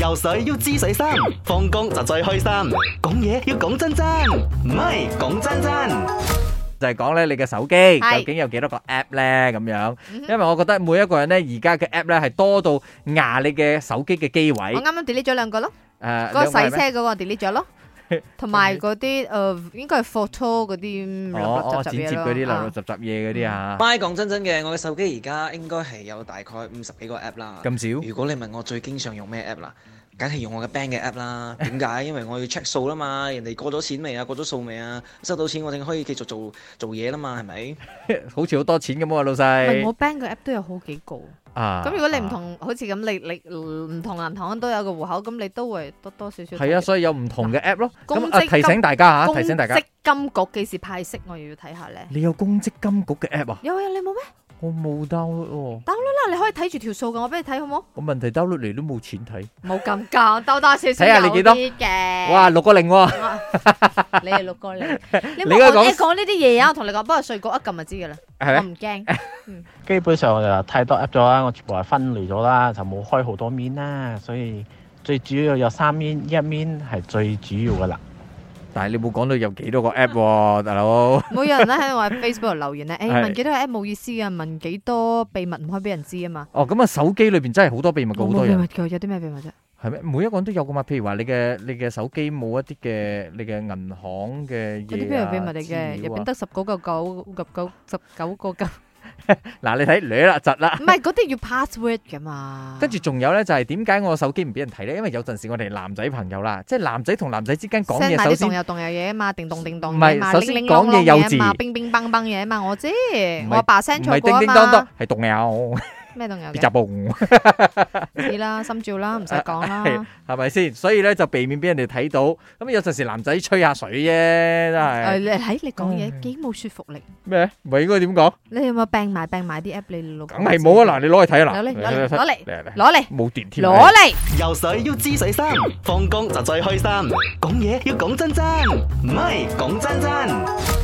游水要知水深，放工就最開心。講嘢要講真真，唔係講真真。就係講咧，你嘅手機係究竟有幾多個 app 咧？咁樣，因為我覺得每一個人咧，而家嘅 app 咧係多到牙你嘅手機嘅機位。我誒，啱啱 delete 咗兩個咯，嗰個啊兩洗個係車咩嗰個 delete 咗 咯，同埋嗰啲誒應該係 photo 嗰啲哦哦，垃圾剪嘢接咯嗰啲流流啊雜雜嘢嗰啲啊，咪講真真嘅，我嘅手機而家應該係有大概五十幾個 app 啦。咁少如果你問我最經常用咩 app 啦，梗係用我嘅 bank 嘅 app 啦。點解？因為我要 check 數啦嘛，人哋過咗錢未啊？過咗數未啊？收到錢我正可以繼續做做嘢啦嘛，係咪？好似好多錢咁啊，老唔係細我 bank 個 app 都有好幾個，咁啊。如果你唔同，好似咁你你唔同銀行都有個戶口，咁你都會多多少少係啊，所以有唔同嘅 app 咯。公咁啊，積提醒金大家嚇，公提醒大家積，金局幾時派息，我要睇下咧。你有公積金局嘅 app 啊？有啊，你冇咩？我冇 download 喎，嗱，你可以睇住條數噶，我俾你睇好冇？我問題 download 嚟都冇錢睇。冇咁講， 多多少少睇下你有幾多啲嘅。哇，六個零喎！你係 六個零，你你應該講冇講你講呢啲嘢啊！我同你講，不過税局一撳就知噶啦，係我咪？唔驚。基本上我就太多 app 咗啦，我全部係分類咗啦，就冇開好多面啦，所以最主要有三面，一面係最主要噶啦。但係你冇講到有幾多個 app 喎，大佬。每有人咧喺我嘅 Facebook 度留 言咧，誒係問幾多個 app 冇意思嘅，問幾多秘密唔可以俾人知啊嘛。哦，咁啊，手機裏邊真係好多秘密嘅，我好冇多秘人密。㗎，有啲咩秘密啫？係咩？每一個人都有噶嘛？譬如話你嘅你嘅手機冇一啲嘅你嘅銀行嘅嗰啲嘢邊啊有秘密嚟嘅？資料入啊邊得十九個九十九十九 個九，唔嗱，你睇掠啦，窒啦。係嗰啲要 password 噶嘛。跟住仲有咧，就係點解我手機唔俾人睇咧？因為有陣時我哋男仔朋友啦，即係男仔同男仔之間講 send 嘢，埋首啲動先有動有嘢啊嘛，叮咚叮咚唔係嘢啊嘛，首先鈴鈴啷啷講嘢幼嘢啊嘛稚冰冰崩崩嘢啊嘛，我知，係我阿爸 send 唔錯係過叮啊叮當當嘛，，係動友，咩動有別 嘅集？夢，知啦，心照啦，唔使講係啦。係咪先？所以咧就避免俾人哋睇到。咁有陣時男仔吹下水啫，真誒，係你喺你講唉嘢幾冇說服力。咩？唔係應該點講？你有冇病埋病埋啲 app 你老？梗係冇啊！嗱，你攞去睇啦，攞 嚟攞嚟攞嚟嚟嚟攞嚟冇電添，攞嚟。游水要知水深，放工就最開心。講嘢要講真真，唔係講真真。